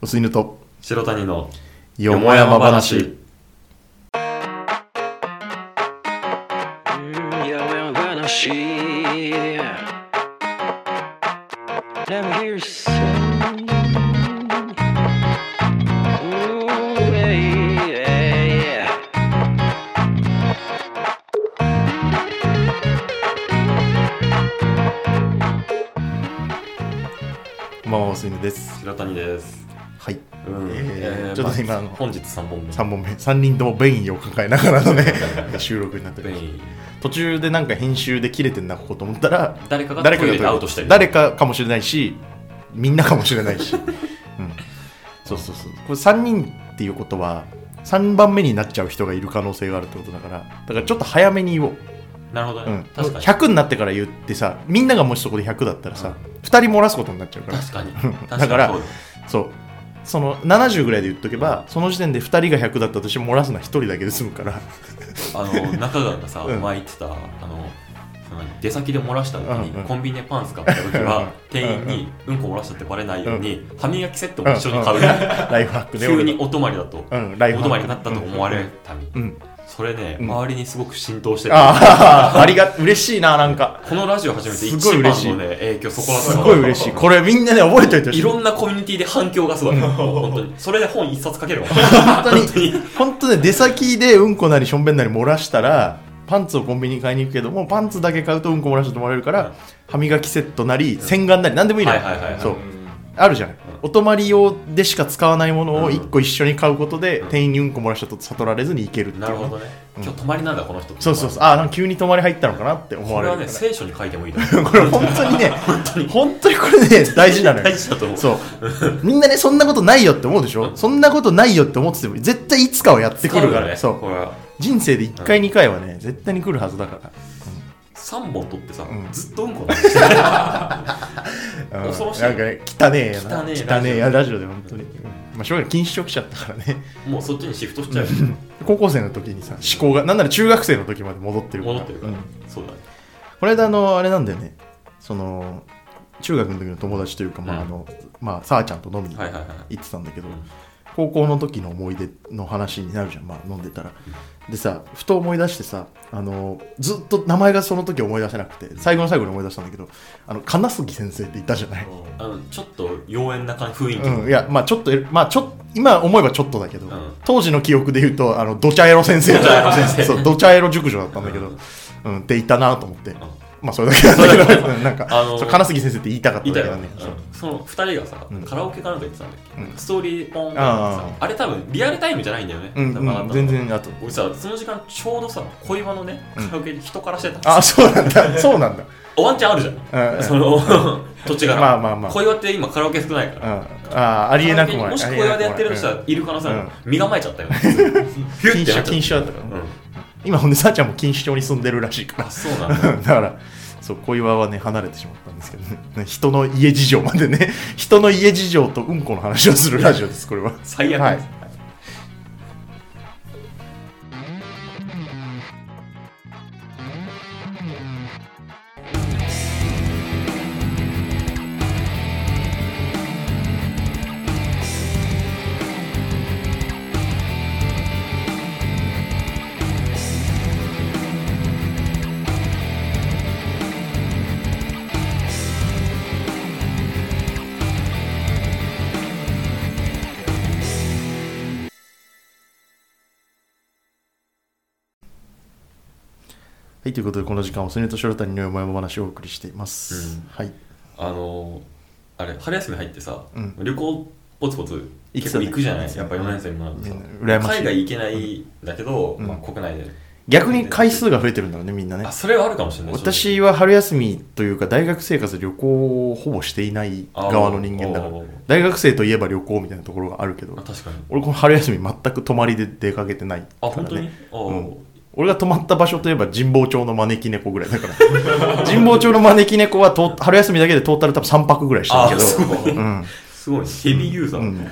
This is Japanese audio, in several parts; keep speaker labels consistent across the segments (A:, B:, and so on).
A: 薄犬と
B: 白谷の
A: よもやま話
C: うんやめや話 Let me hear you sing. Ooh, yeah, yeah, yeah.
A: こんばんは薄犬です
B: 白谷です
A: はい、
B: うん
A: えー
B: ー
A: ちょっと今
B: まあ
A: あの
B: 本日3本目
A: 3本目3人とも便意を抱えながらの ね収録になってる
B: ベイン
A: 途中でなんか編集で切れてんなここと思ったら
B: 誰かが
A: 誰
B: ト
A: かが
B: イレでアウトしたり
A: 誰かかもしれないしみんなかもしれ ないし、うん、そうそうそうこれ3人っていうことは3番目になっちゃう人がいる可能性があるってことだからだからちょっと早めに言おう、
B: なるほど
A: うん
B: ね、確かに
A: 100になってから言ってさみんながもしそこで100だったらさ、2人漏らすことになっちゃうから
B: 確かに確
A: だから
B: そうだ
A: そうその70ぐらいで言っとけばその時点で2人が100だったとしても漏らすのは1人だけで済むから
B: あの中川がさ、
A: うん
B: 前言ってたあのその出先で漏らした時に、
A: うんうん
B: コンビニでパン使った時は店員にうんこ漏らしたってバレないように、歯磨きセットも一緒に買
A: ん
B: う、
A: んライフハックね
B: 急
A: 俺
B: に
A: の
B: お泊まりだと、
A: うんライフハック
B: お泊まりになったと思われたみ、
A: うん
B: それね、
A: うん
B: 周りにすごく浸透してて
A: ああありが嬉しいななんか
B: このラジオ始めて一
A: すごい
B: 番
A: 嬉しい
B: のね影響そこだった
A: すごい嬉しいこれみんなで覚えておいてほし
B: い
A: い
B: ろんなコミュニティで反響がすごい本当にそれで本一冊書 けるわ
A: 当に
B: 本当に
A: 本当ね出先でうんこなりしょんべんなり漏らしたらパンツをコンビニに買いに行くけどもパンツだけ買うとうんこ漏らしたと思われるか
B: うん
A: ら歯磨きセットなり洗顔なり何でもいいのよ
B: はいはいはいはい
A: そうあるじゃないお泊まり用でしか使わないものを1個一緒に買うことで
B: うん
A: 店員にうんこ漏らしたと悟られずにいけるっていう
B: なるほどね
A: うん
B: 今日泊まりなんだこの人
A: そうそうそう
B: う
A: ああんか急に泊まり入ったのかなって思
B: こ
A: わ
B: れ
A: れる
B: はね
A: から
B: 聖書に書いてもいいと
A: これ本当にね
B: 本当に
A: 本当にこれね大事なのよ
B: 大事だと思う
A: そうみんなねそんなことないよって思うでしょそんなことないよって思ってても絶対いつかはやってくるから
B: ね
A: そう
B: これは
A: 人生で1回2回はね、絶対に来るはずだか
B: 3本取ってさ
A: うん
B: ずっとうんこなんですよ
A: ら、
B: 恐ろしい
A: なんかね汚ねえやな
B: 汚ねえラジオ
A: 汚ねえやラジオで本当に、うんまあしょうがない禁止食来ちゃったからね
B: もうそっちにシフトしちゃう
A: 高校生の時にさ思考がなんなら中学生の時まで戻ってるから
B: 戻ってるから
A: うん
B: そうだね
A: この間あのあれなんだよねその中学の時の友達というかまあ
B: うん
A: あの、まあさあちゃんと飲みに
B: はいはいはい
A: 行ってたんだけど、
B: うん
A: 高校の時の思い出の話になるじゃん、まあ、飲んでたら、でさふと思い出してさあのずっと名前がその時思い出せなくて最後の最後に思い出したんだけどあの金杉先生っていたじゃない、
B: あのちょっと妖艶な感じ雰囲気
A: うんいやまあちょっと、まあ、ちょっ今思えばちょっとだけど、
B: ん
A: 当時の記憶で言うとあのドチャエロ先生
B: ドチャエロ先生
A: そうドチャエロ塾女だったんだけど、うんっていたなと思って、まあそれだけなんだけど、 うんなんか、
B: あのー
A: そう金杉先生って言いたかった
B: い
A: だ
B: た
A: け
B: よ
A: だね、
B: ね
A: そう
B: その2人がさ、
A: うん
B: カラオケかなんか行ってたんだっけ、
A: うん
B: ストーリーポンってさ
A: あ
B: あ
A: あ
B: れ多分リアルタイムじゃないんだよね、
A: うん
B: 多分上が
A: う
B: っ
A: ん
B: たの
A: 全然あと
B: 俺さその時間ちょうどさ恋バのね
A: うん
B: カラオケに人からしてたんですよ
A: あそうなんだそうなんだ
B: ワンチャンあるじゃん、
A: うん
B: その土地柄、
A: まあまあまあ
B: 恋バって今カラオケ少ないか
A: う
B: ら、
A: んあーありえなくも
B: カラオケに
A: ない
B: もし恋バでやってるとした
A: うん
B: らいる可能性ある、
A: う
B: 身構えちゃったよ ねヒュ
A: 禁
B: ッて
A: 止
B: なっちゃった
A: 禁止だったから、
B: うん
A: 今ほんでさあちゃんも錦糸町に住んでるらしいか
B: あそうなん
A: ら
B: だ
A: だからそう小岩はね離れてしまったんですけどね人の家事情までね 人の家事情とうんこの話をするラジオですこれは
B: 最悪、
A: はいはいということでこの時間おすねと白谷のよもやま話をお送りしています、
B: うん
A: はい
B: あのーあれ春休み入ってさ、
A: うん
B: 旅行ポツポツ
A: 行き
B: 結
A: そう
B: 構
A: ね
B: 行くじゃないやっぱ4年生になるとさ、
A: ね羨ましい
B: 海外行けないんだけど、
A: うん
B: まあ、国内で
A: 逆に回数が増えてるんだろうねみんなね
B: あそれはあるかもしれない
A: 私は春休みというか大学生活で旅行をほぼしていない側の人間だか
B: あー
A: ら
B: おー
A: 大学生といえば旅行みたいなところがあるけど
B: あ確かに
A: 俺この春休み全く泊まりで出かけてない
B: あ
A: か
B: 本
A: ら
B: 当に
A: ね
B: あー、
A: うん俺が泊まった場所といえば神保町の招き猫ぐらいだから 神保町の招き猫はと春休みだけでトータル多分3泊ぐらいした
B: あ
A: んだ
B: ー
A: け
B: す
A: ど
B: ごい、
A: うん
B: すごいヘビーユーザー、
A: うん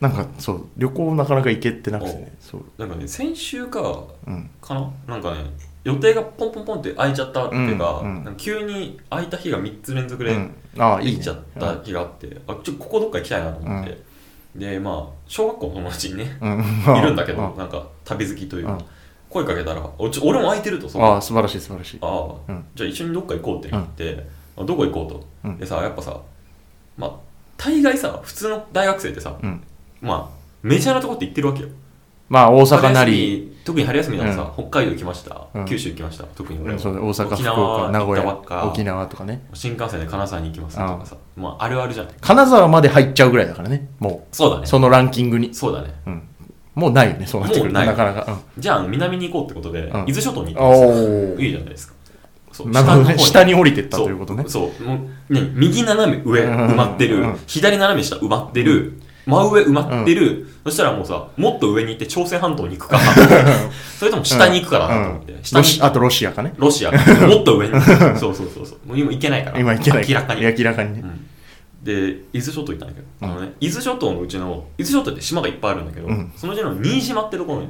A: なんかそう旅行なかなか行けてなくてねそう
B: なんかね先週か
A: うん
B: かななんかね予定がポンポンポンって空いちゃったっていうか,、
A: うんうん
B: なんか急に空いた日が3つ連続
A: う
B: で
A: んああいい
B: 行っ
A: ね
B: ちゃった日があって、あちょっとここどっか行きたいなと思って、でまあ小学校の友達にね
A: うん
B: いるんだけ
A: う
B: どなんか旅好きという
A: う
B: か
A: ん
B: 声かけたら「おちょ俺も空いてると」そ
A: あ
B: の
A: あ素晴らしい素晴らしい
B: ああ、
A: うん
B: じゃあ一緒にどっか行こうって言って、あどこ行こうと、
A: うん
B: でさやっぱさまあ大概さ普通の大学生ってさ、
A: うん
B: まあメジャーなとこって行ってるわけよ
A: まあ大阪なり
B: 春休み特に春休みならさ、
A: う
B: 北海道行きました、
A: うん
B: 九州行きました特に俺
A: う
B: は、
A: んそうだ大阪
B: 沖
A: 福
B: 縄
A: 岡名古
B: 行ったばっか
A: 屋沖縄とかね
B: 新幹線で金沢に行きますとかさまああるあるじゃん
A: 金沢まで入っちゃうぐらいだからねも
B: そうだね
A: うそのランキングに、
B: そうだね
A: うん、もうないよねそうなってくると
B: もうない
A: なかなか、
B: じゃあ南に行こうってことで、
A: ん
B: 伊豆諸島
A: うん、
B: に行ってま
A: お
B: すいいじゃないですかそう
A: なるほどね
B: 下
A: 下
B: の方
A: に降りてった
B: そう
A: ということね
B: そうもう、ね、右斜め上
A: うん
B: 埋まってる、
A: うん
B: 左斜め下埋まってる、真上埋まってる、そしたらもうさもっと上に行って朝鮮半島に行くか それとも下に行くかなと思って、
A: うん
B: 下に
A: ロシあとロシアかね
B: ロ シアもっと上にそうそうそうそうもう今行けないから
A: 今行けない
B: 明らかに、
A: 明らかにね、
B: うんで伊豆諸島行ったんだけど、
A: うん
B: あのね伊豆諸島のうちの伊豆諸島って島がいっぱいあるんだけど、
A: うん
B: そのうちの新島ってところに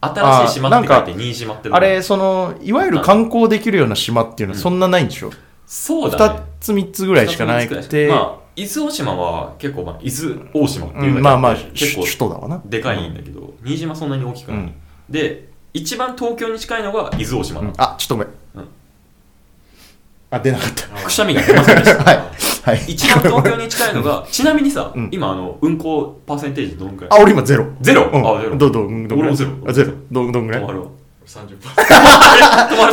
B: 新しい島って書いて新島ってとこ
A: あ
B: ろ
A: れそのいわゆる観光できるような島っていうのは
B: うん
A: そんなないんでしょ、
B: そう
A: 二
B: だ
A: 2
B: ね
A: つ3つぐらいしかな
B: 二つ
A: く
B: 三つぐら
A: て、
B: いしかまあ伊豆大島は結構まあ伊豆大島って
A: う
B: いうだけで
A: ん、まあまあ
B: 結
A: し
B: 構
A: 首都だわな
B: でかいんだけど、新島そんなに大きくない、
A: うん
B: で一番東京に近いのが伊豆大島
A: う
B: なの
A: ん、あちょっとごめん、
B: うん
A: あ出なかった
B: くしゃみが出ませんでし た、
A: はいはい
B: 一番東京に近いのがちなみにさ、
A: うん
B: 今あの運行パーセンテージどのくら い
A: あ俺今ゼロ
B: ゼロ、
A: うん
B: あゼロ
A: どどんどんぐら
B: 俺
A: い
B: もゼロ
A: あゼロどんどんぐらい
B: 止まるわ
D: 30%
B: 止まる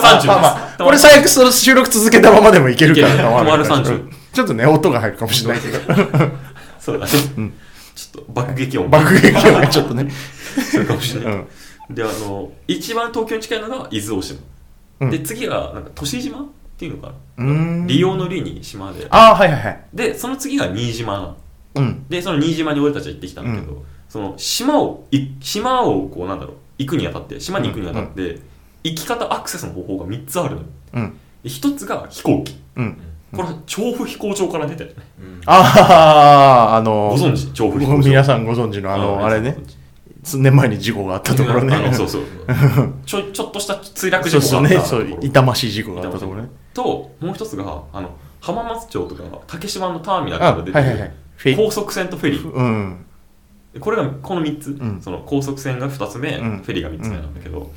A: あ
B: 30
A: まあまあ
B: です
A: これ最悪その収録続けたままでもいけるから
B: いける
A: まあ
B: 止まる
A: まあ
B: 30
A: ちょっとね音が入るかもしれないけど
B: そうだね、
A: うん
B: ちょっと爆撃音
A: 爆撃音がちょっとね
B: するかもし
A: う
B: れない、
A: ん
B: であの一番東京に近いのが伊豆大島、
A: うん
B: で次がなんか都市島っていうのか
A: う
B: な、
A: ーん
B: 利用の利に島で
A: ああはいはいはい
B: でその次が新島なの
A: うん
B: でその新島に俺たちは行ってきたんだけど、その島をい島をこうなんだろう行くにあたって島に行くにあたって、行き方アクセスの方法が3つあるのよ
A: うん
B: で1つが飛行機
A: うん
B: これは調布飛行場から出たよね、
D: うん
A: あああの
B: ご存知調布飛行場
A: 皆さんご存知のあのあれね数年前に事故があったところね
B: あのそうそうちょちょっとした墜落事
A: そう
B: 故が
A: そ
B: あ
A: う
B: った
A: ねそ
B: ところ
A: う痛ましい事故があったところね
B: ともう一つがあの浜松町とか竹島のターミナル
A: あは
B: から
A: い
B: 出
A: は
B: て
A: いはい
B: る
A: フェイ
B: 高速船とフェリー
A: うん
B: これがこの3つ、
A: ん
B: その高速船が2つ目、
A: うん
B: フェリーが3つ目なんだけど、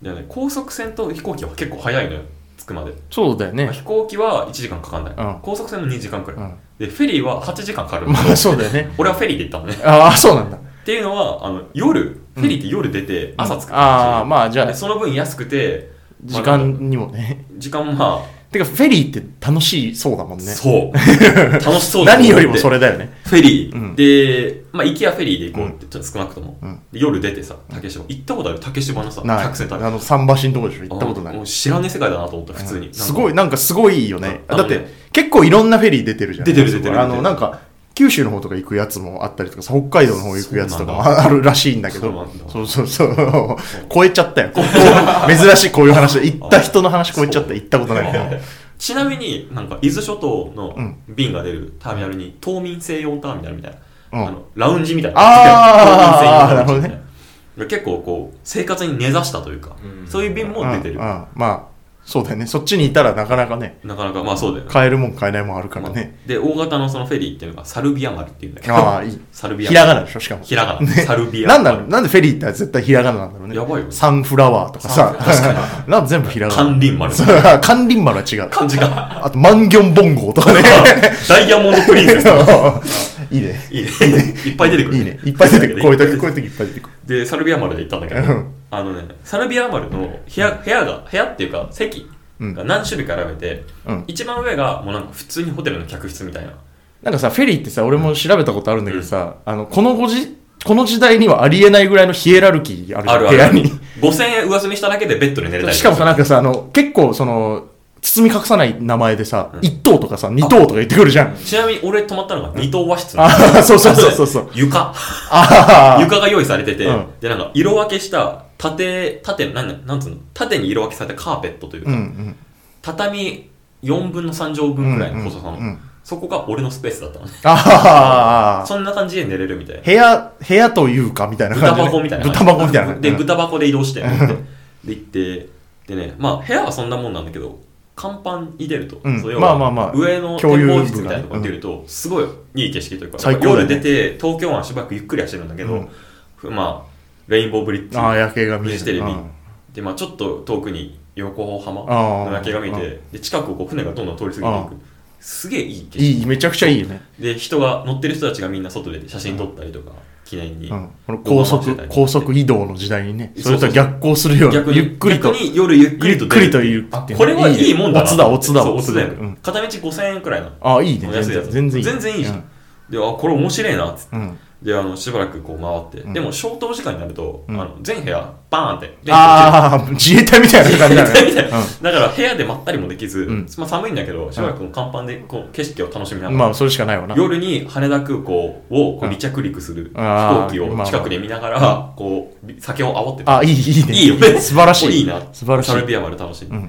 B: でね、高速船と飛行機は結構早いのよ着くまで、
A: そうだよ
B: まあ
A: ね
B: 飛行機は1時間かかんない、
A: うん
B: 高速船も2時間くらい、
A: うん
B: でフェリーは8時間かかるんだけど
A: まあそうだよね
B: 俺はフェリーで行ったのね
A: ああそうなんだ
B: っていうのはあの夜フェリーって夜出て朝着く
A: ああ
B: 感
A: まあじ
B: じ、
A: ゃあ
B: でその分安くてま
A: 時
B: あ
A: 間にもね
B: 時間ま
A: てかフェリーって楽しそうだもん
B: あ、
A: ね
B: そう楽しそうだと
A: 何
B: 思って
A: よりもそれだよね
B: フェリー、
A: うん
B: で、まあ、行きはフェリーで行こうって、ちょっと少なくとも、
A: うん
B: で夜出てさ竹島行ったことある竹島のさ
A: ない
B: 客船
A: あ
B: 旅
A: の桟橋のとこでしょ行ったことな
B: あ
A: い
B: もう知らねえ世界だなと思った普通に、
A: うんすごい
B: な
A: なんかすごいよね
B: あ
A: だっ
B: あの
A: て
B: ね
A: 結構いろんなフェリー出てるじゃん
B: 出てる出てる
A: あ
B: 出て
A: の
B: る
A: なんか九州の方とか行くやつもあったりとかさ北海道の方行くやつとかも
B: そうなん
A: あるらしいんだけ
B: そうな
A: ど
B: んだ
A: そうそうそう超えちゃったよ珍しいこういう話行った人の話超えちゃった行ったことないけど
B: ちなみになんか伊豆諸島の
A: うん
B: 便が出るターミナルに島民専用ターミナルみたいな、
A: うん
B: あのラウンジみたいな
A: あー
B: 島民専用ラウンジみたい
A: なる
B: 結構こう生活に根ざしたというか、
D: うん
B: そういう便も出てる、
A: うんうんまあそうだよねそっちにいたらなかなかね
B: なかなかまあそうだよね
A: 買えるもん買えないもんあるからね
B: まあで大型のそのフェリーっていうのがサルビア丸っていうんだけど
A: ああいい
B: サルビア
A: ひらがなでしょしかも
B: ひらがなサルビア
A: なんだろうなんでフェリーって絶対ひらがななんだろうね
B: やばいよね
A: サンフラワーとかさ
B: サンフラ
A: なんで全部ひらがな
B: 関林丸
A: 関林丸は違う
B: 漢字が
A: あと、マンギョンボンゴーとかね。
B: ダイヤモンドプリンセスとか
A: いいね。
B: いいねいっぱい出てくる
A: いいね。いっぱい出てく る。こういう時、こういう時いっぱい出てくる。
B: で、サルビア丸で行ったんだけ
A: う
B: ど
A: ん、
B: あのね、サルビア丸の部屋部屋が、部屋っていうか席
A: うん
B: が何種類か選べて、
A: うん
B: 一番上がもうなんか普通にホテルの客室みたいな。
A: なんかさ、フェリーってさ、俺も調べたことあるんだけどさ、あの、このごじ、この時代にはありえないぐらいのヒエラルキーあるじゃん
B: あるあ
A: 部
B: る
A: 屋に。。
B: 5000円上積みしただけでベッドで寝れたり
A: しかもさ、なんかさ、あの、結構その、包み隠さない名前でさ、一等とかさ、二等とか言ってくるじゃん。
B: ちなみに俺泊まったのが二等和室
A: あ
B: の
A: ーそうそうそうそうそう
B: あのね床。
A: ああ。
B: 床が用意されてて、
A: うん
B: で、なんか色分けした縦、縦、なんなんつうの縦に色分けされたカーペットというか、
A: うんうん。
B: 畳4分の3畳分くらいの細さの、
A: うんうんうん
B: そこが俺のスペースだったのね。
A: ああ。
B: そんな感じで寝れるみたいな。
A: 部屋、部屋というか、みたいな
B: 豚
A: 感じね。
B: 箱みたいな感じ。
A: 豚箱みたいな。
B: で、
A: うん
B: 豚箱で移動して、で、行って、でね、まあ、部屋はそんなもんなんだけど、甲板に出ると、
A: うん
B: そう要
A: まあ
B: は
A: まあまあ
B: 上の
A: 共
B: 展
A: 有
B: 望室みたいなところに出ると、すごいいい景色というか、
A: 最高だよね
B: 夜出て東京湾しばらくゆっくり走るんだけど、まあレインボーブリッジ
A: ああ夜景が見え
B: フジ
A: て
B: テレ
A: る
B: ビ
A: うん
B: で、まあ、ちょっと遠くに横浜
A: あー
B: の夜景が見てで近くをこう船がどんどん通り過ぎていくすげえいい景色
A: いいめちゃくちゃいいよね、
B: で人が乗ってる人たちがみんな外で写真撮ったりとか記念に、
A: うん、この高
B: 動画回してた
A: 速
B: り
A: 高速移動の時代にね
B: そ
A: そ
B: うそう
A: れとは逆行するよう
B: 逆
A: に
B: に
A: ゆっくりと
B: 逆に夜ゆっく
A: ゆ
B: り
A: っ
B: と
A: く
B: 出る
A: りという
B: あこれはいいもんだな
A: おつだおつだ
B: そうおつだよ、
A: おつだうん
B: 片道5000円くらいの
A: ああいいね
B: お
A: 全
B: 安いや
A: 然全
B: つ
A: 然いい
B: 全然いいじゃんであこれ面白いなっつって
A: うん、うん
B: であのしばらくこう回って、
A: ん
B: でも消灯時間になると、
A: うん
B: あの全部屋バーンって電気消えて
A: ああ自衛隊みたいな感じだね
B: みたいな
A: うん
B: だから部屋でまったりもできず、
A: ん
B: まあ、寒いんだけどしばらく甲板でこう景色を楽しみながら、
A: まあそれしかないわな
B: 夜に羽田空港をこ
A: う
B: うん離着陸する飛
A: あー
B: 行機を近くで見な
A: ま
B: が
A: あ
B: らこう酒を煽ってた
A: あいいいいね
B: いいよね
A: 素晴らし
B: これ
A: い
B: いいな
A: 素晴らし
B: サル
A: い
B: ビア丸楽しい、
A: うん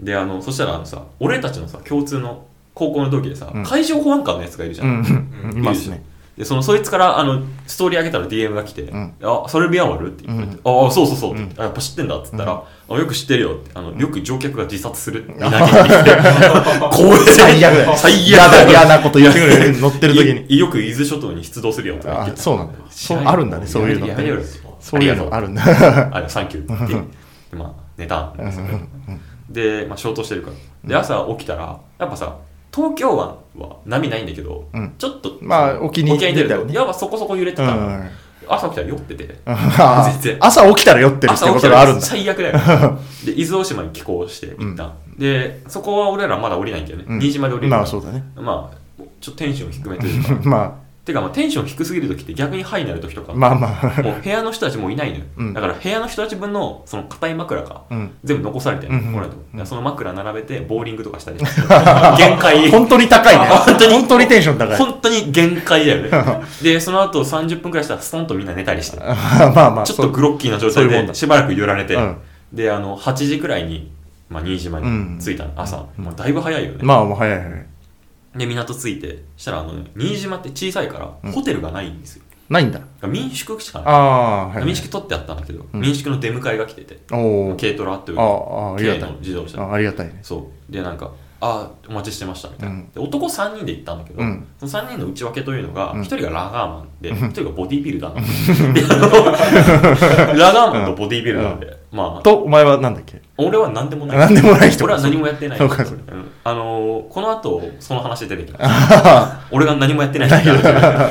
B: であのそしたらあのさ俺たちのさ共通の高校の同期でさ、
A: うん
B: 海上保安官のやつがいるじゃ、
A: うんんうんいますね
B: でそのそいつからあのストーリー上げたら DM が来て「
A: ん
B: あサルビア丸?」って言われて
A: うん
B: ああそうそうそう」って、
A: うん
B: あやっぱ知ってんだ」っつったら、あ「よく知ってるよ」ってあの「よく乗客が自殺する」みたいな言ってき て怖え
A: 最悪だよ
B: 最悪
A: 嫌
B: だ
A: だ
B: よ
A: 嫌なこと言ってくる乗ってる時に
B: いよく伊豆諸島に出動するよとか言って
A: あ
B: た
A: そうなんだ
B: 知
A: そ
B: ら
A: うん
B: よ
A: あるんだねそういうのっ
B: やめろよ
A: てそういうのあるんだ
B: あれサンキューって言ってでまあ寝たんですよねで、まあ、消灯してるからで朝起きたらやっぱさ東京湾は波ないんだけど、
A: うん
B: ちょっと
A: まあ
B: その
A: 沖に
B: 沖合に出る
A: 出た
B: と
A: よね
B: やっぱそこそこ揺れて
A: う
B: たの、
A: ん
B: 朝起きたら酔ってて
A: あ
B: 全然
A: 朝起きたら酔ってるって
B: 朝
A: こ
B: 起きた
A: とがあるん
B: ら
A: だ
B: 最悪だ よで伊豆大島に寄港して一旦、でそこは俺らまだ降りないんだよね、
A: うん
B: 2時まで降りるから
A: まあそうだね
B: まあちょっとテンション低めというか
A: ま
B: てかまあテンション低すぎる時って逆にハイになる時とか
A: あまあまあ
B: もう部屋の人たちもういないのよ、
A: うん
B: だから部屋の人たち分のその硬い枕が
A: うん
B: 全部残されてるの、
A: うんうん
B: 俺らのとこだから
A: うん
B: その枕並べてボーリングとかした りして限界
A: 本当に高いね
B: あ本当に
A: 本当にテンション高い
B: 本当に限界だよ ねでその後30分くらいしたらストンとみんな寝たりしてち
A: あ まあまあ
B: ょっとグロッキーな状態
A: そういうもん
B: で
A: だ
B: しばらく揺られて、
A: うん
B: であの8時くらいに、まあ、新島に着いたの、
A: うん
B: 朝、
A: うん
B: もうだいぶ早いよね、
A: まあもう早い早い
B: で港着いてしたらあの、ね、新島って小さいから、
A: うん
B: ホテルがないんですよ
A: ないんだ
B: だから民宿しか
A: あ
B: ない
A: あはい
B: 民宿取ってあったんだけど、
A: うん
B: 民宿の出迎えが来てて
A: おお
B: 軽トラという
A: あ
B: か
A: ああり
B: 軽
A: がたい
B: の自動車
A: あありがたいね
B: そうでなんか「あーお待ちしてました」みたいな、
A: うん
B: で男3人で行ったんだけど、
A: うん
B: その3人の内訳というのが、
A: うん
B: 1人がラガーマンで1人がボディービルダーな んでであの ラガーマンとボディービルダーで、まあ
A: とお前はなんだっけ
B: 俺は何でもない
A: なんでもない人
B: 俺は何もやってない
A: そうかそうか
B: うんあのーこの後その話出てきます
A: あ
B: 俺が何もやってないんだ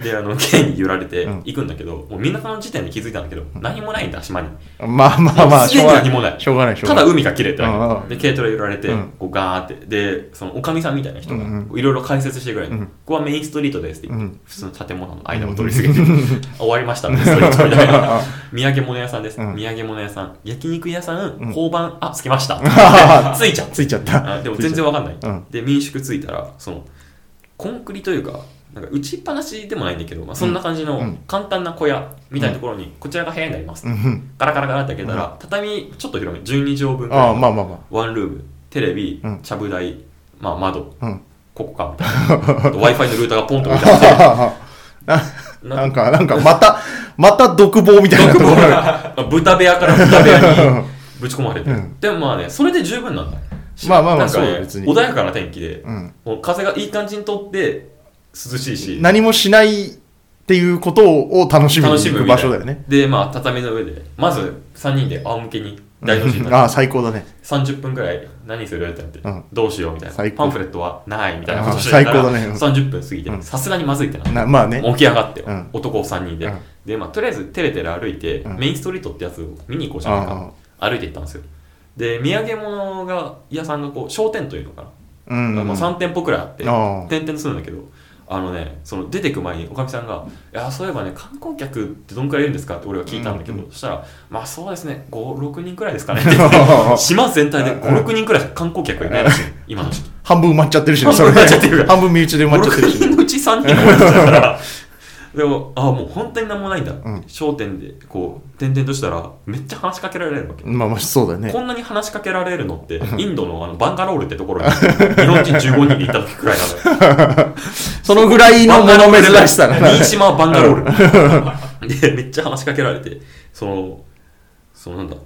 B: であの剣に揺られて
A: うん
B: 行くんだけど、もうみんなその時点で気づいたんだけど、何もないんだ島に
A: あまあまあま
B: も
A: あ
B: うす
A: し
B: で
A: ょう
B: に
A: がない
B: 何もない
A: しょうがないしょうが
B: ただ
A: ない
B: 海が綺麗って
A: うん
B: わ
A: うん
B: けで軽トラ揺られて、
A: うん
B: こうガーってでそのおかみさんみたいな人が
A: うんうん
B: こういろいろ解説してくれる、
A: うん
B: ここはメインストリートですって言って、
A: うん
B: 普通の建物の間を通り過ぎて、終わりましたメインストリートみたいな土産物屋さんです、
A: うん
B: 土産物屋さん焼肉屋さん、
A: うん
B: 交番あ着きました 着いちゃった
A: ついちゃった
B: あでも全然わかんない、
A: うん
B: で民宿着いたらそのコンクリというかなんか打ちっぱなしでもないんだけど、まあ、そんな感じ
A: う
B: の
A: ん
B: 簡単な小屋みたいなところに、こちらが部屋になります、
A: うん
B: ガラガラガラって開けたら、畳ちょっと広め12畳分ぐら
A: あ
B: い
A: あまあまあま
B: ワンルーム、テレビ
A: うん、
B: ちゃぶ台、まあ窓、
A: あうん
B: ここかみたいな。あと Wi-Fi のルーターがポンと置いてあ っ
A: な
B: て、
A: な
B: なんんか、
A: か、なん か、また、また独房みたいなところが。
B: 豚部屋から豚部屋にぶち込まれて
A: うん。
B: でもまあね、それで十分なんだ。
A: まあまあまあ
B: なんか
A: そうだ
B: ね、
A: 別に
B: 穏やかな天気で
A: う、ん。
B: もう風がいい感じにとって、涼しいし、
A: 何もしないっていうことを楽しみに
B: 楽し
A: 行
B: む
A: く
B: みた
A: 場
B: い
A: 所だ
B: な
A: よね。
B: で、まあ畳の上で、まず3人で仰向けに大の字になって
A: ああ、最高だね。
B: 30分くらい何するってなって、
A: うん
B: どうしようみたい
A: 最
B: な
A: 高
B: パンフレットはないみたいなことしてた
A: あ
B: ら、
A: ー最高だ
B: 30分過ぎ
A: う
B: て
A: ん
B: さすがにまずいってなって
A: なまあね。
B: 起き上がって、
A: うん
B: 男3人で、
A: うん
B: でまあとりあえずテレテレ歩いて、
A: うん
B: メインストリートってやつを見に行こうじゃないか歩いて行ったんですよで土産物が屋さんがこう商店というのかな、
A: うん。
B: まあ、3店舗くらいあって
A: あー
B: 転々とするんだけどあのねその出てく前におかみさんが「いやそういえばね観光客ってどんくらいいるんですか?」って俺は聞いたんだけど、
A: うん
B: そしたら「まあそうですね56人くらいで すかね」って言って島全体で56人くらいしか観光客がいないらしい今の 時期
A: 半分埋まっちゃってるしね、
B: 半分埋まっちゃってる
A: それね半分身内で埋まっちゃってる
B: 56
A: し。
B: 人のうち3人の俺たちだから でもあもう本当に何もないんだ、
A: ん
B: 商店でこう転々としたらめっちゃ話しかけられるわけ、
A: まあまあ、そうだよね
B: こ。んなに話しかけられるのってインドのあのバンガロールってところに日本人15人で行った時くらいなのよ
A: そのぐらいのもの珍しさだな。
B: 新島はバンガロ ールでめっちゃ話しかけられてそのそのなんだ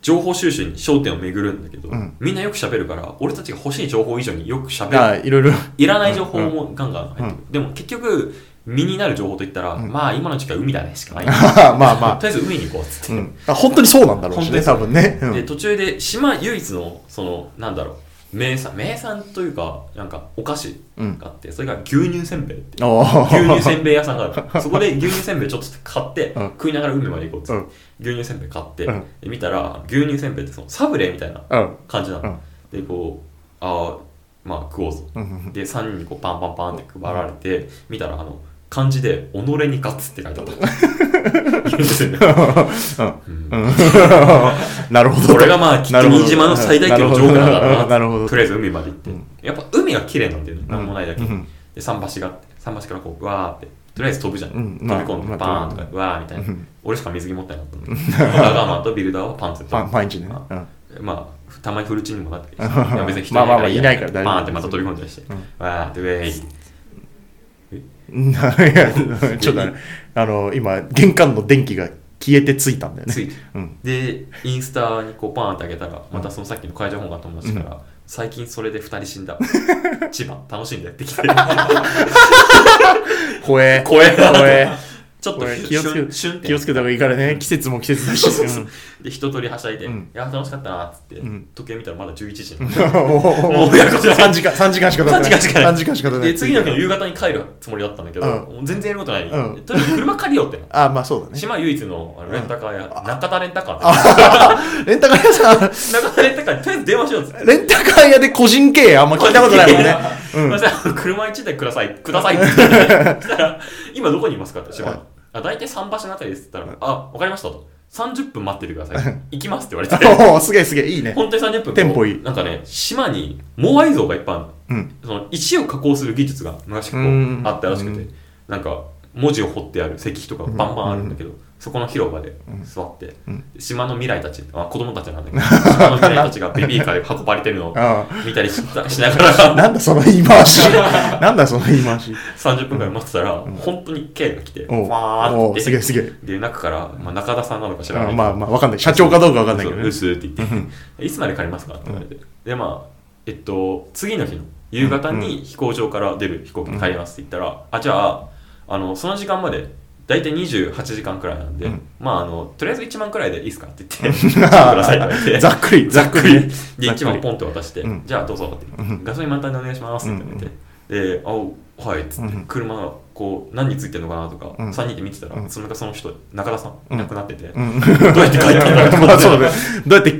B: 情報収集に焦点を巡るんだけど、
A: うん
B: みんなよく喋るから俺たちが欲しい情報以上によく喋 る
A: あいろいろ
B: いらない情報もガンガン入ってくる、
A: う
B: でも結局身になる情報といったら、
A: ん
B: まあ今の時期は海だねし かない
A: まあまあ、
B: とりあえず海に行こうっつって、
A: うん、あ本当にそうなんだろうしね多分ね、うん
B: で途中で島唯一のそのなんだろう名産名産というかなんかお菓子
A: うん
B: があってそれが牛乳せんべいって
A: お
B: 牛乳
A: ー
B: せんべい屋さん があるそこで牛乳せんべいちょっと買って、
A: うん
B: 食いながら海まで行こうっつって、牛乳せんべい買って、
A: うん
B: で見たら牛乳せんべいってそのサブレみたいな
A: うん
B: 感じなの、でこうああまあ食おうぞ
A: うんうん
B: で3人にこうパンパンパンって配られて、見たらあの漢字で「己に勝つ」って書いてあった 牛乳せんべいうん
A: うんなるほど
B: これがまあきっと
A: なるほど
B: 新島の最大級のジョーカーだな
A: なるほど
B: とりあえず海まで行って、
A: うん
B: やっぱ海が綺麗なんだよね、なんもないだけ、
A: うん
B: で桟橋があって桟橋からこうわーってとりあえず飛ぶじゃん、
A: うん
B: 飛び込ん
A: ま
B: で
A: あ
B: バーンとか、わーみたいな、
A: うん
B: 俺しか水着持ってなかっ たのガガマンとビルダーはパンツで
A: パンパンチね、うん
B: まあたまにフルチンにもなって
A: まあ
B: いや別に人
A: まあまあいないから大丈夫
B: バーンってまた飛び込んだりして、わーってウェイ
A: いやちょっとあのあの今玄関の電気が消えてついたんだよね
B: ついて
A: うん
B: でインスタにこうパーンってあげたらまたそのさっきの会場本が友達から、最近それで2人死 んだ千葉楽しんでってきて
A: 怖え
B: 怖えな
A: 怖え
B: ちょっと
A: これ気をつけ
B: シュンって
A: 気をつけた方がいいからね季節も季節だし
B: そうそうで一通りはしゃいで、
A: うん
B: いや楽しかったなっつって、
A: うん
B: 時計見たらまだ11時
A: も
B: もうやることない
A: 3時間三時間しか経ってない
B: 3時間しかない
A: 3時間しか経ってない
B: で次の日の夕方に帰るつもりだったんだけど、
A: う
B: もう全然やることない、
A: うん
B: とにかく車借りようってな
A: あまあそうだ ね
B: 島唯一のあのレンタカー屋、中田レンタカーって
A: レンタカー屋さん
B: 中田レンタカーにとりあえず電話しようっつって
A: レンタカー屋で個人経営あんま聞いたことないも んねうん
B: そしたら車1台ください、くだ さいって言って、そしたら、今どこにいますかって、島
A: はい
B: の。あ、大体桟橋のあたりですって言ったら、あ、わかりましたと。30分待っててください。行きますって言われて。
A: おおすげえすげえいいね
B: 本当に30分。
A: テンポいい
B: なんかね、島にモアイ像がいっぱいあるの。
A: うん
B: その石を加工する技術が昔こう
A: うん
B: あったらしく
A: う
B: てなんか文字を彫ってある石碑とかがバンバンあるんだけどそこの広場で座って
A: うん
B: 島の未来たちあ子供たちなん だけど島の未来たちがベビーカーで運ばれてるのを
A: あ
B: 見たりしたしなが
A: あ
B: ら
A: なんだその言い回しなんだその言い回し
B: 30分ぐらい待ってたら本当に K が来て
A: おう
B: わー
A: お
B: っ
A: う
B: て
A: すげえすげえ
B: で中から、まあ、中田さんなのか知ら
A: あ
B: ない
A: まあまあわかんない社長かどうかわかんないけど
B: そう
A: ね
B: うすって言って、いつまで借りますかって言われて、でまあえっと次の日の夕方に飛行場から出る飛行機に帰りますって言ったら、あじゃああのその時間まで大体28時間くらいなんで、
A: うん
B: まああのとりあえず1万くらいでいいですかって言ってちょっとくださいって言われ て
A: ざっくりざっくり
B: で1万ポ
A: ン
B: ンって渡して、
A: うん
B: じゃあどうぞって言って、
A: うん
B: ガソリン満タンでお願いしますって言って、で「あおはい」っつって、
A: うん
B: 車がこう何についてるのかなとか、
A: うん
B: 3人で見てたら、
A: うん
B: その中その人中田さん、
A: うん
B: いなくなってて、
A: うん
B: どうやって帰ったんだろうと 思
A: ま
B: っ
A: あ
B: て
A: そうだねどうやって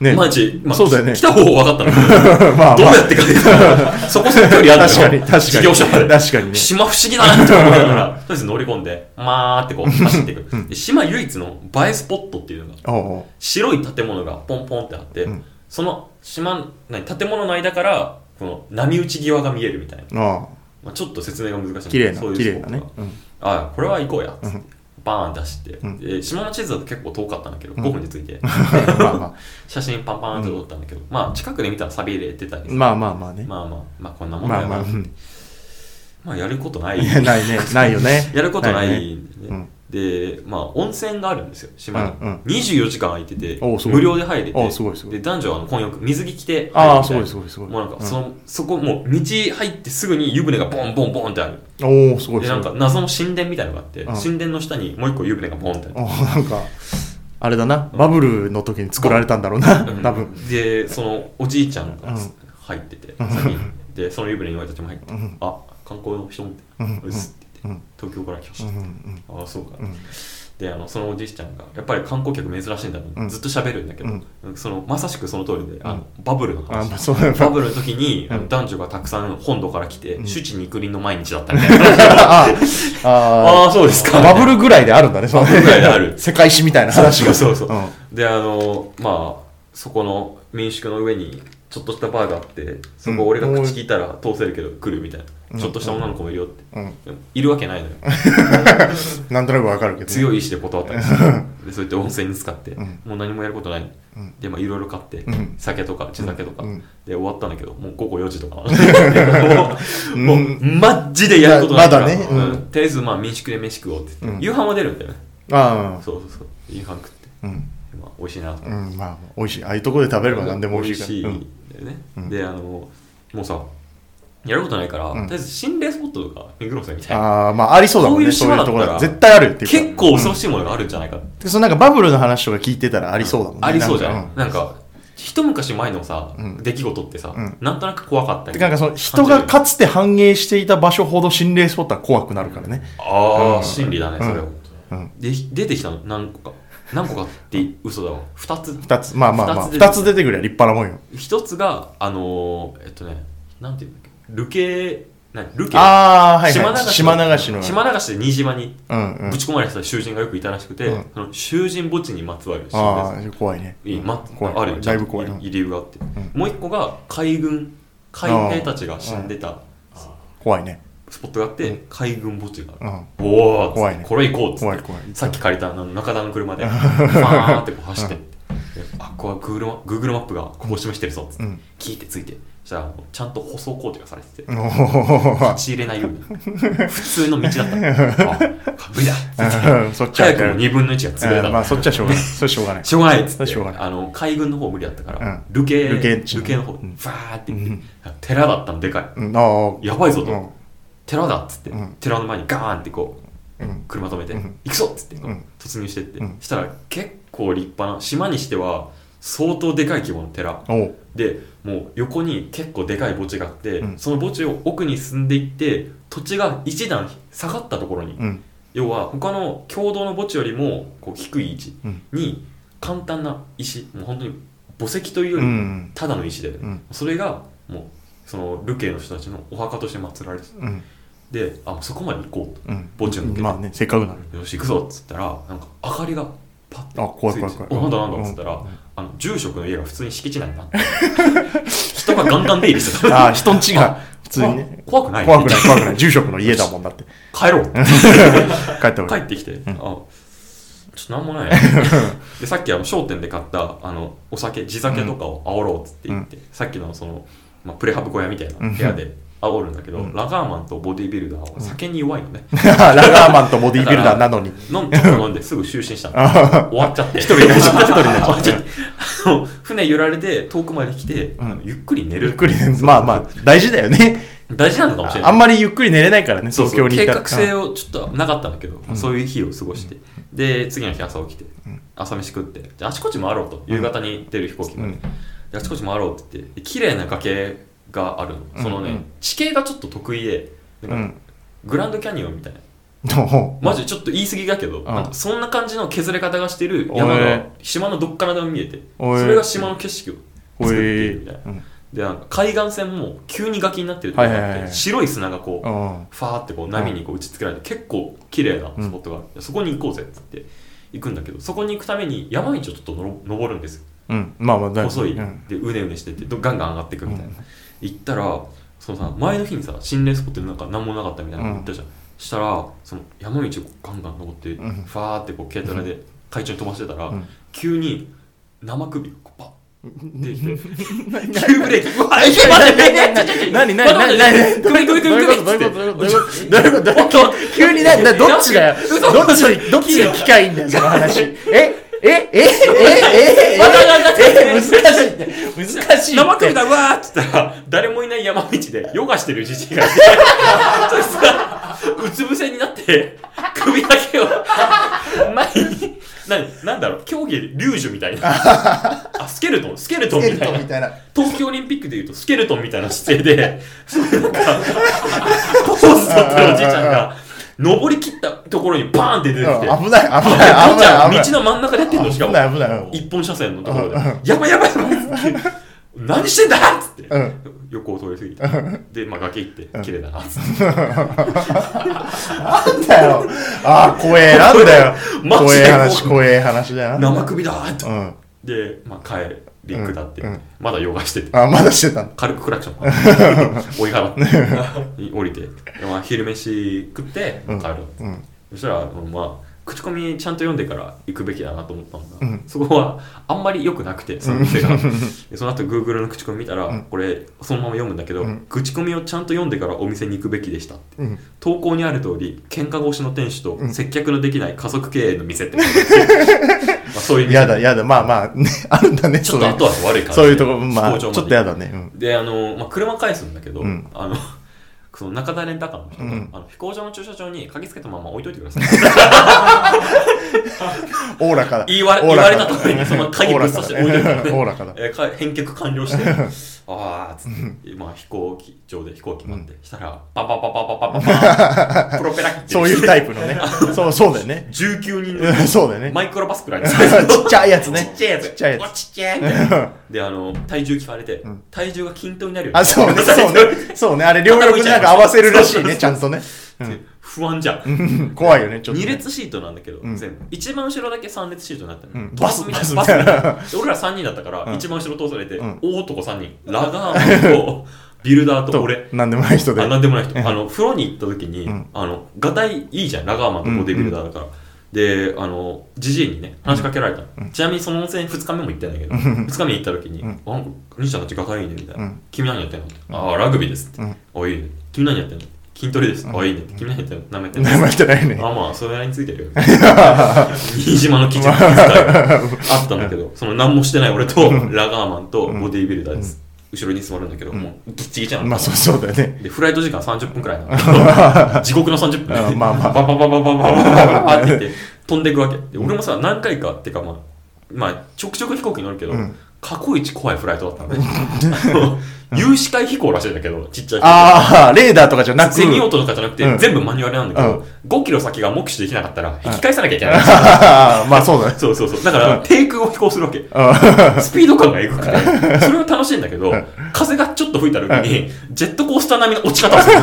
A: ね
B: マジ、まあ、
A: そうだよね
B: 来た方は分かったの
A: まあ
B: どう
A: まあ
B: やって帰 ったのそこそこ距離ある
A: 確かに確かに
B: 事業者まで
A: 確かにね
B: 島不思議だなって思いな がらとりあえず乗り込んでまーってこう走っていく、で島唯一の映えスポットっていうのが
A: おうおう
B: 白い建物がポンポンってあって、
A: うん
B: その島何建物の間からこの波打ち際が見えるみたいな、
A: あ
B: まあ、ちょっと説明が難しい
A: あ綺麗な
B: そう
A: 綺
B: いう
A: 麗
B: スポ
A: な
B: ット
A: ね
B: が
A: うん
B: ああこれは行こうやっつって、
A: うん
B: バーン出して、
A: ん
B: で島の地図だと結構遠かったんだけど、
A: ん
B: 5分で着い て
A: まあま
B: 写真パンパンって撮ったんだけど、まあ近くで見たらサビ入れてたり
A: あ
B: さ
A: まあまあまあね
B: まあまあまあこんなもんだ
A: まあ
B: よ
A: ま
B: な、ま
A: あ
B: あ
A: うん
B: やることない
A: いやないねないよね
B: やることない
A: ね
B: んで,、
A: うん
B: でまあ温泉があるんですよ島に、
A: うんうん
B: 24時間空いてて
A: おうすごい
B: 無料で入れて
A: おうすごいすごい
B: で男女はあの混浴水着着て入るみたいな
A: ああすごいすごいすごい
B: もうなんかその、そこもう道入ってすぐに湯船がボンボンボンってある
A: うんおおすごい
B: ですな
A: ご
B: ん
A: い
B: か謎の神殿みたいなのがあって、
A: うん
B: 神殿の下にもう一個湯船がボンってある
A: おなんかあれだなバブルの時に作られたんだろうな
B: うん
A: 多分
B: でそのおじいちゃん
A: う
B: が
A: ん
B: 入ってて、先にでその湯船に俺たちも入って、あ観光の人みたいな
A: うん
B: うっすって言って、東京から来ました、
A: うんうん
B: ああそうか、
A: ん
B: であのそのおじいちゃんがやっぱり観光客珍しいんだろう、
A: うん
B: ずっと喋るんだけど、そのまさしくその通りであのバブルの
A: あまあ
B: 話、
A: そうだ
B: バブルの時に、
A: うん
B: 男女がたくさん本土から来て、
A: うん
B: 主治肉林の毎日だったみたい
A: あ
B: な
A: あ あ
B: ああそうですか
A: バブルぐらいであるんだねその
B: バブルぐらいである
A: 世界史みたいな話が
B: そうそうそう
A: うん
B: であのまあそこの民宿の上にちょっとしたバーがあってそこ俺が口聞いたら通せるけど来るみたいな、
A: うん
B: ちょっとした女の子もいるよって、
A: うん
B: でもいるわけないのよ
A: なんとなくわかるけどね
B: 強い意志で断ったりしてでそうやって温泉に使って、
A: ん
B: もう何もやることない、
A: うん
B: でまあいろいろ買って、
A: うん
B: 酒とか地酒とか、
A: うん
B: で終わったんだけどもう午後4時とか もうもうマジでやることないから、
A: まだねうん
B: うんとりあえずまあ民宿で飯食おうって言って、
A: うん
B: 夕飯は出るんだよね
A: ああ
B: そうそうそう夕飯食って
A: うん
B: まあ、美味しいなと思って
A: うんまあ美味しいああいうとこで食べれば何でも美味しい
B: 美
A: から
B: 味しいんだよね、
A: うん
B: であのもうさやることないから、
A: うん
B: とりあえず心霊スポットとか巡ろうぜみたいな
A: ああまあありそうだもんね
B: そ
A: そうう
B: いう島
A: いうとこ
B: だったら
A: ろが絶対あるっていうか
B: 結構恐ろしいものがあるんじゃないかって、
A: でそのなんかバブルの話とか聞いてたらありそうだもんね
B: ありそうじゃん
A: な
B: なんん
A: か
B: か,、一昔前のさ、
A: うん
B: 出来事ってさ、
A: うん
B: なんとなく怖かった
A: うん
B: り
A: てかなんかその人がかつて繁栄していた場所ほど心霊スポットは怖くなるからね
B: ああ、
A: うん
B: 心理だねそれは、
A: うん
B: で出てきたの何個か何個かって嘘だわ2つ
A: 2つまあまあまあ
B: 二つ出て
A: 2つ出てくりゃ立派なもんよ
B: 1つがあのーえっとねなんていうんだっけルケ何ルケ
A: ああはい
B: 島
A: は
B: 流
A: い
B: し
A: 島流しの
B: 島流しで新島に
A: うんうん
B: ぶち込まれてた囚人がよくいたらしくて、
A: うん
B: その囚人墓地にまつわる
A: あ
B: 心霊
A: あ怖いね
B: いいま
A: 怖い
B: あるよ
A: だいぶ怖いうん
B: 理由があって、
A: ん
B: もう一個が海軍海兵たちが死んでた
A: 怖いね
B: スポットがあって、海軍墓地があ
A: うん
B: る、おお、
A: 怖いね
B: これ行こうっつって
A: 怖い怖い
B: さっき借りたあの中田の車でファーっ てこう走ってって、であここは Google マ Google マップがここを示してるぞっつって、
A: うん
B: 聞いてついてそしたらあのちゃんと舗装工事がされてて、
A: おー
B: 立ち入れないように普通の道 だったあかっこいいだ
A: うんそっちは
B: 早くも2分の1が潰れ
A: う
B: た
A: んまあそっちはしょうが ないそれしょうがない
B: しょうがないっつって
A: しょうがない
B: あの海軍の方無理だったから、
A: うん
B: ルケ
A: 流刑っちゅう
B: ル
A: の
B: ケの方フ
A: うん
B: ァーって行って、
A: うん
B: 寺だったのでかい
A: うんああ
B: やばいぞと、
A: うん
B: 寺だっつって、
A: うん
B: 寺の前にガーンってこう
A: うん
B: 車止めて、
A: うん
B: 行くぞっつってこう、
A: うん
B: 突入してって、
A: うん
B: したら結構立派な島にしては相当でかい規模の寺
A: おう
B: でもう横に結構でかい墓地があって、
A: うん
B: その墓地を奥に進んでいって土地が一段下がったところに、
A: うん
B: 要は他の共同の墓地よりもこう低い位置
A: うん
B: に簡単な石もう本当に墓石というよ
A: う
B: り
A: ん
B: ただの石だよね、
A: うん
B: それがもうその流刑の人たちのお墓として祀られてた
A: うん
B: であそこまで行こう
A: うん
B: 墓地を抜けて
A: まあねせっかくなら
B: とよし行くぞっつったらなんか明かりがパッて
A: あ怖い怖い
B: つて
A: 怖い
B: おなんだなんだっつったら、あの住職の家が普通に敷地内になって人がガンガン出入りしてた
A: ああ人んちが普通にね
B: あ怖くない
A: 怖くない怖くない住職の家だもんだって
B: 帰ろう
A: 帰った方
B: 帰
A: がいい
B: ってきて、
A: ん
B: あちょっとな んもないでさっきあの商店で買ったあのお酒地酒とかを煽ろうっつって言って、さっきのその、まあ、プレハブ小屋みたいな部屋で煽るんだけど、
A: うん
B: ラガーマンとボディービルダーは酒に弱いのね、
A: ラガーマンとボディービルダーなのに
B: 飲んで飲んですぐ就寝したの終わっちゃって一人
A: になっちゃった
B: 一人になっちゃってあの船揺られて遠くまで来て、
A: ん
B: あのゆっくり寝る
A: ゆっくりねまあまあ大事だよね
B: 大事なのかもしれない
A: あんまりゆっくり寝れないからね
B: そう
A: 東
B: そ
A: 京
B: う
A: に
B: 計
A: いた
B: 画
A: ら
B: 性
A: を
B: をちょっとなかったんだけど、そういう日を過ごして、で次の日朝起きて、朝飯食ってじゃああちこち回ろうと夕方に出る飛行機まで,、
A: うん
B: であちこち回ろうって言ってで綺麗な崖があるのそのね、
A: うんうん
B: 地形がちょっと得意で
A: う
B: なんか
A: ん
B: グランドキャニオンみたいな
A: どう
B: マジでちょっと言い過ぎだけど、
A: ん
B: なんかそんな感じの削れ方がしてる山
A: お
B: が
A: え
B: 島のどっからでも見えて
A: おえ
B: それが島の景色を
A: ほ
B: 作ってい
A: え
B: るみたいな、
A: うん
B: でなんか海岸線も急に崖になってるところがあって、
A: はいはいはいはい
B: 白い砂がこう、
A: うん
B: ファーってこう波にこう打ちつけられて、結構綺麗なスポットがある、そこに行こうぜって言って行くんだけどそこに行くために山道をちょっとのろ登るんですよ
A: うんまあまあだ
B: 細
A: う
B: い、
A: ん
B: でうねうねしてってどガンガン上がっていくみたいな、
A: うん
B: 行ったらそのさ前の日にさ心霊スポットでなんか何もなかったみたいなの言ったじゃん、したらその山道をガンガン登って、
A: ん
B: ファーってこう軽トラで海中に飛ばしてたら、
A: うん
B: 急に生首がこうパッ出てきて 急ブレーキうわっ
A: 何何
B: 待って
A: 何何
B: 待って
A: どういうことどういうことどういうことどういうことどういうこと急に何何どっちだよ
B: 嘘
A: どっちにどっちに機械いいんだよその話ええええええええ
B: わかんない
A: 難しいって難しいって
B: 生首だうわーっつったら誰もいない山道でヨガしてるじじいがいてそいつがうつ伏せになって首だけを前に何なんだろう競技リュージュみた いなあスケルトンスケルトンみたいな
A: みたいな
B: 東京オリンピックでいうとスケルトンみたいな姿勢でそういうなんかポーズだったおじいちゃんが登り切ったところにバーンって出てきて
A: うん危ない危ない危
B: おじいちゃん
A: ない危ない
B: 道の真ん中でやってんのしか
A: 危
B: も
A: ない危ない
B: 一本車線のところで
A: うん
B: 「やばいやばいやばい」っつって「何してんだ!」っつって、
A: うん
B: 横を通り過ぎて、で、まあ、崖行って
A: ん
B: 綺麗だなっつっ
A: なんだよあー怖えなんだよ
B: マジで
A: 怖え話
B: 怖
A: 怖え話だ
B: て
A: よな
B: 生首だーって、
A: うん
B: で、まあ、帰り下って、
A: うんうん
B: まだヨガしてて
A: あまだしてたんだ
B: 軽くクラクショ ン追い払って降りて、でまあ、昼飯食って、まあ帰ろうっつって、
A: うん
B: そしたら、あのまあ、口コミちゃんと読んでから行くべきだなと思ったんだ、
A: うん
B: そこはあんまり良くなくてその店が でその後 Google の口コミ見たら、
A: うん
B: これそのまま読むんだけど、
A: うん
B: 口コミをちゃんと読んでからお店に行くべきでしたって
A: うん
B: 投稿にある通り喧嘩越しの店主と
A: うん
B: 接客のできない家族経営の 店ってことですよまあそういう
A: やだやだまあまあ、ね、あるんだね
B: ちょっ
A: そ
B: と
A: ういう
B: 後々悪い感じ
A: そういうとこまあちょっとや
B: だ
A: だねうん
B: であの、まあ、車返すんだけど、
A: うん
B: あの その中田レンタカーの人が、
A: うん
B: あの飛行場の駐車場に鍵つけたまま置いといてください
A: おおらかだ
B: 言われ
A: おお
B: 言わ
A: ら
B: れ
A: かだ
B: た通りにその鍵ぶっ刺して置いといてください
A: おおら かだ
B: えーか返却完了してああつって、まあ、飛行機場で飛行機待って、したらパパパパパパパパンプロペラ機って
A: そういうタイ
B: プ
A: プの ねそうそうだよね
B: 19人
A: うんそうだよね
B: マイクロバスくらい
A: ちっちゃいやつ
B: ち
A: ね
B: っちゃいや
A: ち
B: つ。
A: っちゃいやつ
B: おちっちゃいみたいな。で、あの、体重聞かれて、
A: ん
B: 体重が均等になるように
A: あ そうねそうねそうねあれ両翼になんか合わせるらしいねちゃんとね うん
B: 不安じゃん。
A: うん怖いよねちょっとね
B: 2列シートなんだけど、
A: ん
B: 全部一番後ろだけ3列シートになったの、
A: うん
B: バスみた
A: バ
B: いなバス
A: ス
B: み
A: み
B: た
A: た
B: い
A: い
B: な俺ら3人だったから、一番後ろ通されて、
A: ん
B: 大男3人ラガーマンとビルダーと
A: と
B: 俺
A: なんでもない人で
B: あなんでもない人、
A: うん
B: あの風呂に行った時に、
A: ん
B: あのガタイいいじゃんラガーマンとボディビルダーだから、であのジジイにね話しかけられたの、ちなみにその温泉2日目も行ったんだけど、二2日目に行った時に「
A: ん
B: あなんか兄ちゃんたちガタイいいね」みたいな「
A: うん
B: 君何やってんの?」って「ああラグビーです」って
A: う
B: 「
A: ん
B: あいいね」「君何やってんの?」「筋トレです」ああいいね」「君何やってんの?」「なめてんの?」
A: 名前じゃないね
B: あまあそれなりについてるよ新島の記事に使うあったんだけどその何もしてない俺とラガーマンとボディービルダーです、後ろに座るんだけど、もうギッチギチなの、
A: まあそうそうだよ ね
B: でフライト時間30分くらいなの地獄の30分
A: うんまあまあ
B: ババババババババババって言って飛んでいくわけで俺もさ何回かってかまあまあちょくちょく飛行機乗るけど、
A: うん
B: 過去一怖いフライトだったのねあの有志会飛行らしいんだけどちっちゃい飛行機
A: ああレーダーとかじゃなく
B: セミオートとかじゃなくて、
A: うん
B: 全部マニュアルなんだけど、5キロ先が目視できなかったら、引き返さなきゃいけない。
A: あー まあそうだね
B: そうそうそう。だから、低空を飛行するわけ。
A: あ
B: スピード感がエグくて、それは楽しいんだけど
A: うん、
B: 風がちょっと吹いた時に、ジェットコースター並みの落ち方をす る。そ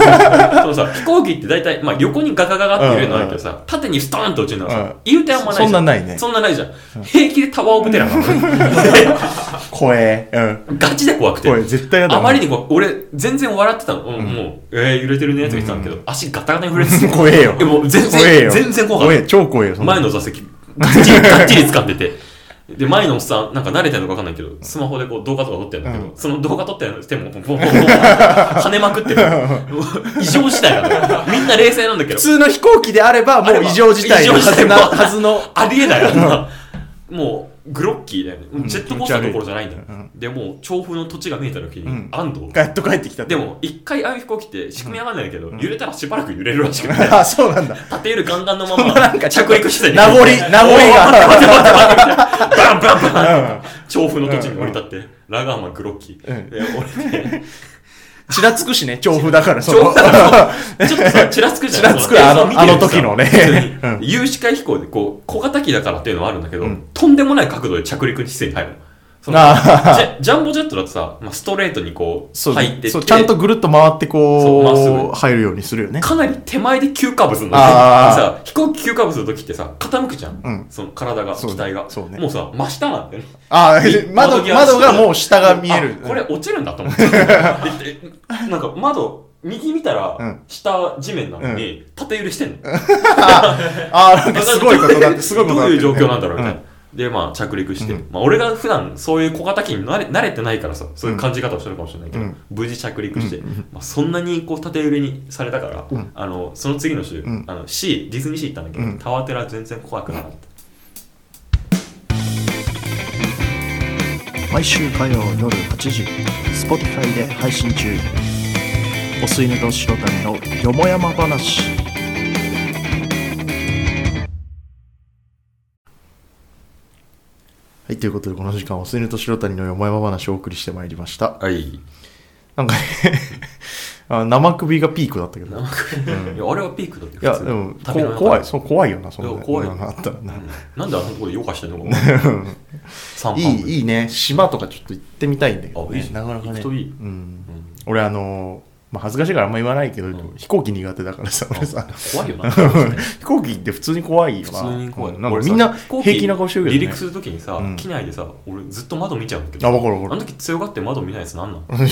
B: のさ、飛行機って大体、まあ横にガガガガって揺れるのあるけどさ、縦にストーンと落ちるのは
A: うん
B: さ、言うてあんまないじゃん。
A: そんなないね
B: そんなないじゃん。平気でタワーオブテラーな
A: 怖えうん
B: のガチで怖くて
A: 怖。え絶対やだ
B: あ
A: な
B: まりにこう俺、全然笑ってたの。うんもう、えー、揺れてるねって言ってたんだけど、足ガタガタに震えて た。
A: 怖えよ
B: えもう全
A: 怖え
B: 然、
A: よ
B: 全然怖か
A: 怖
B: っ
A: え超怖えよ
B: た。
A: そんな
B: 前の座席、ガッチリ、ガッチリ掴んでて。で、前のおっさん、なんか慣れてるのかわかんないけど、スマホでこう動画とか撮ってるんだけど、
A: う
B: その動画撮ってるの手も、ボンボンボンボン跳ねまくってる。もう異常事態なんだよ。みんな冷静なんだけど
A: 普、通の飛行機であればもう異常事態のはずなはずの
B: ありえないあんな。もう、グロッキーだよね。ジェットコースターどころじゃないんだよ
A: 気持ち悪い。
B: で、もう、調布の土地が見えた時
A: う
B: に
A: ん、
B: 安藤。
A: ガッと帰ってきたって
B: でも、一回ああいう飛行機って仕組みわかんないけど、揺れたらしばらく揺れるらしくて、
A: あそうなんだ
B: 縦揺れガンガンのま
A: そん
B: ま
A: ななんかちょっ
B: 着
A: と
B: 陸して
A: 名残名 残が
B: バンバンバン
A: うん
B: 調布の土地に降り立って、ラガーマングロッキー。
A: ん
B: で、俺ね、
A: ちらつくしね調布だからそ
B: 調
A: の
B: 布だからちょっとさ、ちらつくじゃない
A: ちらつくあの
B: 映像見てるとさ
A: あの時のね
B: 普通に有志海飛行で、こう、小型機だからっていうのはあるんだけど、とんでもない角度で着陸に姿勢に入るの。その
A: あ
B: ジェジャンボジェットだとさ、まあ、ストレートにこう、
A: そう
B: 入ってって
A: そうちゃんとぐるっと回って
B: そうまっす
A: こ
B: ぐ
A: う入るようにするよね
B: かなり手前で急カーブするんだ
A: あー
B: さ、飛行機急カーブするときってさ、傾くじゃん。
A: うん
B: その体が、
A: そう
B: 機
A: ね
B: 体が。
A: そうね
B: もうさ、真下なんだよね。
A: あ
B: で
A: ー窓
B: 際
A: 窓がもう下が見える
B: あこれ落ちるんだと思って。ででなんか窓、右見た
A: う
B: ら
A: ん、
B: 下地面なのに、縦揺れしてんの。
A: あーなんかすごいことだってすごいこと
B: ど
A: だ
B: う
A: って
B: いう状況なんだろうみたい
A: ん
B: な。で、まあ、着陸して、
A: うん
B: まあ、俺が普段そういう小型機に慣れ慣れてないからさ、そういう感じ方をしてるかもしれないけど、
A: うん
B: 無事着陸して、
A: う
B: まあ、そんなにこう縦揺れにされたから、
A: うん
B: あのその次の週、
A: ん
B: あの C、ディズニーシー行ったんだけど、
A: うん
B: タワーテラ全然怖くなかった。
D: 毎週火曜夜8時 Spotify で配信中お吸い寝と白谷のよもやま話
A: はいということでこの時間はおすねと白谷のよもやま話をお送りしてまいりました
B: はい。
A: なんかね あ生首がピークだったけど
B: 生首いやあれはピークだって
A: いやでもこ
B: 旅の中で
A: 怖いそう怖いよなそん
B: い
A: な
B: や怖いよ
A: のあったらな
B: うんなんであんなところで余暇してんのか 分かんない三
A: い
B: 番
A: いいいね島とかちょっと行ってみたいんだけど、
B: あいいじゃん行くといい
A: うん、
B: うん
A: 俺あのーまあ、恥ずかしいからあんま言わないけど、
B: ん
A: 飛行機苦手だからさ俺さ
B: 怖いよ な
A: 飛行機って普通に怖いよ
B: 普
A: な
B: 通に怖い、
A: うんなんか
B: 俺さ
A: みんな
B: 飛行機
A: 平気な顔してるけど、ね、
B: 離陸するときにさ、
A: うん
B: 機内でさ俺ずっと窓見ちゃうんだけど
A: あ分かる分
B: あ
A: か
B: の
A: る
B: 時強がって窓見ないやつなんなの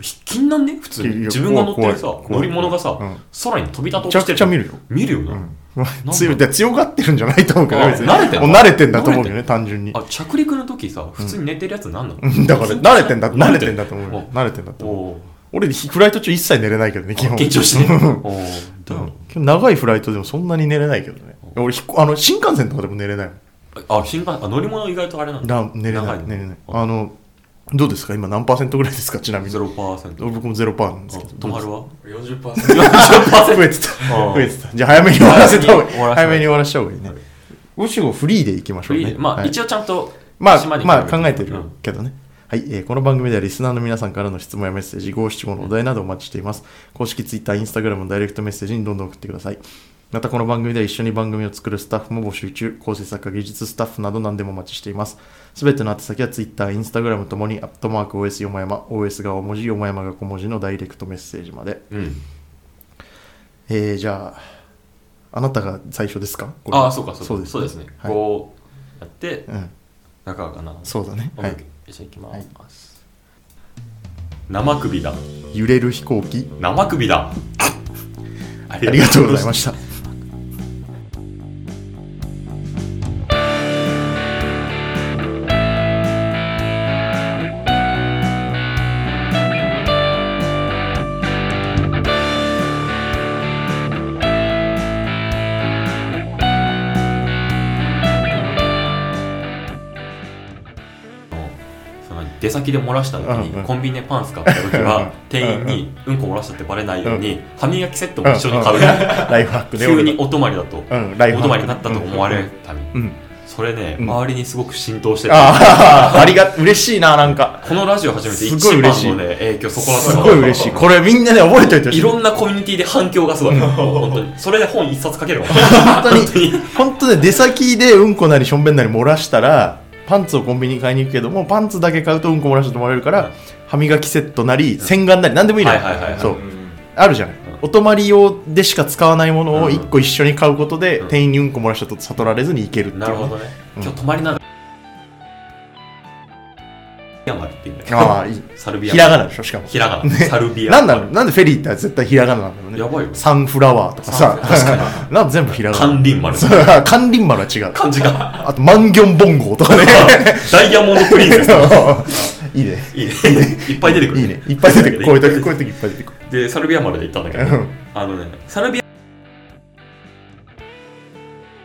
B: ひ気になんね普通に
A: いや
B: 自分が乗ってるさ
A: 怖い怖
B: 乗
A: い
B: り物がさ
A: うん
B: 空に飛び立とう
A: め
B: と
A: ちゃ
B: して
A: く
B: る
A: ちゃ見るよ
B: 見るよな、
A: うん 強いだから強がってるんじゃないと思うけどね、
B: あ
A: 別に
B: 慣れてんだ
A: もう慣れてんだと思うけどね、単純に。
B: あ着陸の時さ普通に寝てるやつなんなの、
A: うん だから、慣れてんだ、慣れてんだと思うよ
B: お。
A: 慣れてんだと
B: お
A: 思う。
B: お
A: 俺、フライト中一切寝れないけどね、基本。
B: 緊張して
A: う
B: ね
A: ん
B: おおだよ
A: 今日長いフライトでもそんなに寝れないけどね。俺、飛行あの新幹線とかでも寝れないもん。
B: あ新幹あ乗り物意外とあれなんだ
A: な寝れな
B: 長
A: い、
B: の
A: 寝れない。
B: あ
A: あの、どうですか今何パーセントぐらいですかちなみに。
B: ゼロパーセント
A: 俺僕もゼロパーなんですけど。
B: 止まるわ
E: 40%。
A: 増えてた
B: あ。ー
A: 増えてた。じゃあ早めに終わらせた方がいい。早
B: 早
A: め
B: め
A: に
B: に
A: 終わらせた方がいいね
B: はい。
A: もしもフリーでいきましょう
B: いい
A: ね
B: ね。まあ、
A: はい
B: 一応ちゃんと
A: ま
B: 島
A: あ、
B: に
A: まあ、
B: 帰る
A: 考えてる
B: うん
A: けどね。はい、えーこの番組ではリスナーの皆さんからの質問やメッセージ、五七五のお題などをお待ちしています。公式 Twitter、Instagram のダイレクトメッセージにどんどん送ってください。またこの番組では一緒に番組を作るスタッフも募集中、構成作家、技術スタッフなど何でもお待ちしています。すべての宛先は Twitter、Instagram ともに、アットマーク OS よもやま、OS が大文字、よもやまが小文字のダイレクトメッセージまで。
B: うん
A: えー、じゃあ、あなたが最初ですかこれ
B: ああそうかそ
A: そう
B: うか
A: です
B: そうですね、
A: はい
B: こうやって
A: うん、
B: 中かな
A: そうだね。
B: オッ
A: は
B: ケ
A: い
B: ー。じゃあいきます、生首だ
A: 揺れる飛行機、
B: 生首だあ
A: ありがとうございました。
B: その出先で漏らした時
A: うんう
B: に
A: ん
B: コンビニでパン使った時は店員にうんこ漏らしたってバレないように歯磨きセットも一緒に買う
A: ライフハックね。
B: 急に
A: 俺
B: お泊まりだとお
A: ら、うん、ライフハック。
B: 泊まりになったと思われるために
A: うん。うん。
B: それね
A: うん
B: 周りにすごく浸透してて
A: ああ、ありが、嬉しいな、なんか。
B: このラジオ始めて一
A: すごい
B: 番
A: 嬉しい
B: のね影響そこだった
A: すごい嬉しい。これみんなで覚えておいてほしい。
B: いろんなコミュニティで反響がすごい本当にそれで本一冊書けるわ
A: 本当に、本当ね、出先でうんこなりしょんべんなり漏らしたら、パンツをコンビニに買いに行くけども、パンツだけ買うとうんこ漏らしてもらえるか
B: は
A: ら
B: い、
A: 歯磨きセットなり、洗顔なり、なんでもいいのよ
B: はいはいはいはい
A: そう
E: う。ん
A: あるじゃない
B: ん。
A: お泊まり用でしか使わないものを1個一緒に買うことで、
B: うん
A: 店員にうんこ漏らしたと悟られずにいけるっていうね。
B: なるほどね
A: うん
B: 今日泊まりながらサルビア丸っていうんだけど
A: ああ、いい。
B: サルビア
A: ひらがなでしょ、しかも。
B: ひらがなサルビア
A: なんなのなんでフェリーって絶対ひらがななんだろうね。
B: やばいよ
A: サンフラワーとかさ、 なんか全部ひらがな。
B: 関林丸
A: 関林丸は違う。
B: 漢字が
A: あと、万ンボンゴとかね。
B: ダイヤモンドプリンセス。
A: いいね。
B: いいね。いっぱい出てくる。
A: いいね。いっぱい出てくる。こういう時、こうい
B: い
A: う時いっぱい出てくる。
B: うで、サルビアまで行ったんだけ
A: う
B: ど、
A: ん
B: あのね、サルビア、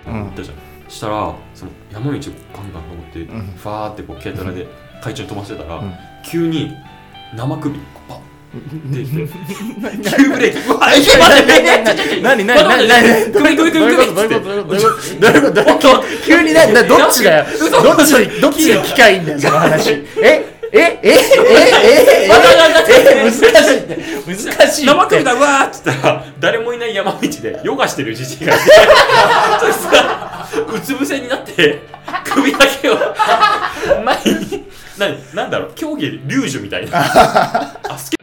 A: うん
B: 行ったじゃん。したら、その山道をガンガン登って、
A: ん
B: ファーってこう軽トラで海中に飛ばしてたら、
A: うん
B: 急に生首、パッ出てきて、急ブレーキ、うわっ、ちょ待って、
A: 何何
B: 待っ
A: 何
B: て
A: 何
B: 待って首、首、
A: どうい
B: 首、
A: う
B: 首
A: ことどういうこと
B: っつって
A: どういうことどういうことどういうこと急に何何どっちだよどっちにどっちに機械いいんだよその話ええええええええ難しいね難しいって
B: 生首だうわーっつったら誰もいない山道でヨガしてるじじいがいてそいつがうつ伏せになって首だけを前に何なんだろう競技リュージュみたいなあスケ